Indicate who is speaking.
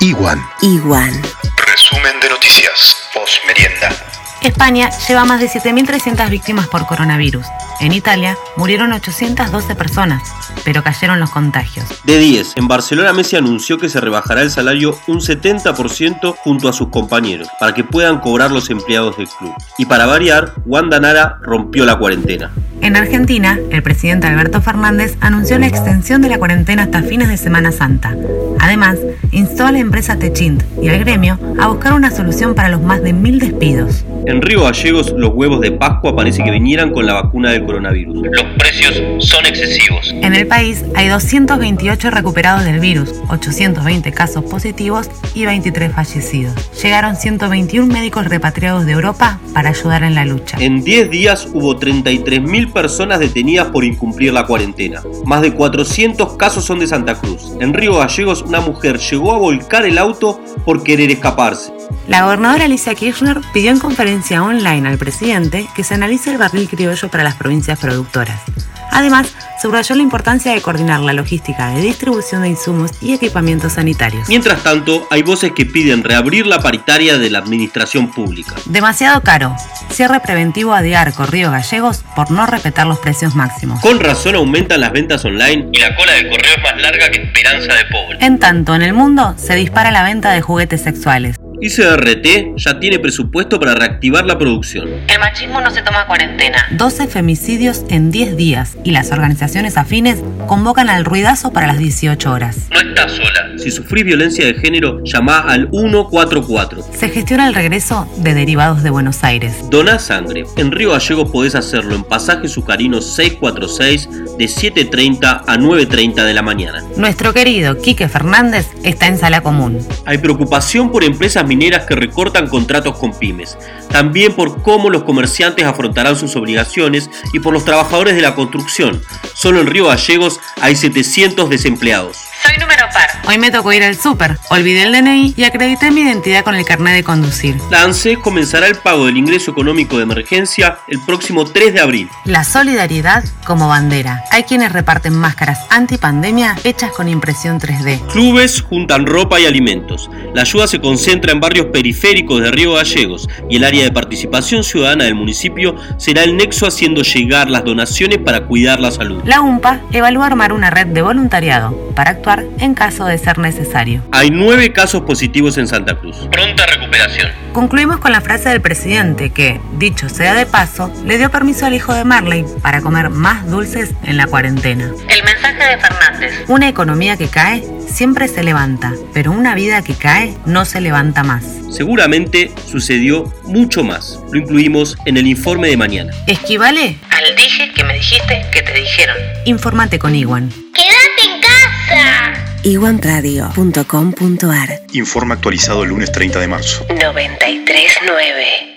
Speaker 1: Iguan.
Speaker 2: Iguan.
Speaker 3: Resumen de noticias. Post merienda.
Speaker 4: España lleva más de 7.300 víctimas por coronavirus. En Italia murieron 812 personas, pero cayeron los contagios.
Speaker 5: De 10, en Barcelona Messi anunció que se rebajará el salario un 70% junto a sus compañeros, para que puedan cobrar los empleados del club. Y para variar, Wanda Nara rompió la cuarentena.
Speaker 4: En Argentina, el presidente Alberto Fernández anunció la extensión de la cuarentena hasta fines de Semana Santa. Además, instó a la empresa Techint y al gremio a buscar una solución para los más de mil despidos.
Speaker 5: En Río Gallegos, los huevos de Pascua parece que vinieran con la vacuna del coronavirus.
Speaker 3: Los precios son excesivos.
Speaker 4: En el país hay 228 recuperados del virus, 820 casos positivos y 23 fallecidos. Llegaron 121 médicos repatriados de Europa para ayudar en la lucha.
Speaker 5: En 10 días hubo 33.000 personas detenidas por incumplir la cuarentena. Más de 400 casos son de Santa Cruz. En Río Gallegos, una mujer llegó a volcar el auto por querer escaparse.
Speaker 4: La gobernadora Alicia Kirchner pidió en conferencia online al presidente que se analice el barril criollo para las provincias productoras. Además, subrayó la importancia de coordinar la logística de distribución de insumos y equipamientos sanitarios.
Speaker 5: Mientras tanto, hay voces que piden reabrir la paritaria de la administración pública.
Speaker 4: Demasiado caro. Cierre preventivo a Diarco, Río Gallegos, por no respetar los precios máximos.
Speaker 5: Con razón aumentan las ventas online
Speaker 3: y la cola del correo es más larga que esperanza de pobre.
Speaker 4: En tanto, en el mundo se dispara la venta de juguetes sexuales.
Speaker 5: ICRT ya tiene presupuesto para reactivar la producción.
Speaker 6: El machismo no se toma cuarentena.
Speaker 4: 12 femicidios en 10 días y las organizaciones afines convocan al ruidazo para las 18 horas.
Speaker 3: No estás sola.
Speaker 5: Si sufrís violencia de género, llamá al 144.
Speaker 4: Se gestiona el regreso de derivados de Buenos Aires.
Speaker 5: Doná sangre. En Río Gallegos podés hacerlo en pasaje sucarino 646 de 7.30 a 9.30 de la mañana.
Speaker 4: Nuestro querido Quique Fernández está en sala común.
Speaker 5: Hay preocupación por empresas mineras que recortan contratos con pymes, también por cómo los comerciantes afrontarán sus obligaciones y por los trabajadores de la construcción. Solo en Río Gallegos hay 700 desempleados.
Speaker 6: Soy número par.
Speaker 4: Hoy me tocó ir al súper, olvidé el DNI y acredité mi identidad con el carnet de conducir.
Speaker 5: La ANSES comenzará el pago del ingreso económico de emergencia el próximo 3 de abril.
Speaker 4: La solidaridad como bandera. Hay quienes reparten máscaras antipandemia hechas con impresión 3D.
Speaker 5: Clubes juntan ropa y alimentos. La ayuda se concentra en barrios periféricos de Río Gallegos y el área de participación ciudadana del municipio será el nexo haciendo llegar las donaciones para cuidar la salud.
Speaker 4: La UMPA evalúa armar una red de voluntariado para actuar en caso de ser necesario.
Speaker 5: Hay nueve casos positivos en Santa Cruz.
Speaker 3: Pronta recuperación.
Speaker 4: Concluimos con la frase del presidente que, dicho sea de paso, le dio permiso al hijo de Marley para comer más dulces en la cuarentena.
Speaker 6: El mensaje de Fernández.
Speaker 4: Una economía que cae siempre se levanta, pero una vida que cae no se levanta más.
Speaker 5: Seguramente sucedió mucho más. Lo incluimos en el informe de mañana.
Speaker 4: Esquivale
Speaker 6: al dije que me dijiste que te dijeron.
Speaker 4: Informate con Iwan.
Speaker 7: ¡Quédate en casa!
Speaker 2: Iguanradio.com.ar
Speaker 1: Informe actualizado el lunes 30 de marzo.
Speaker 6: 939.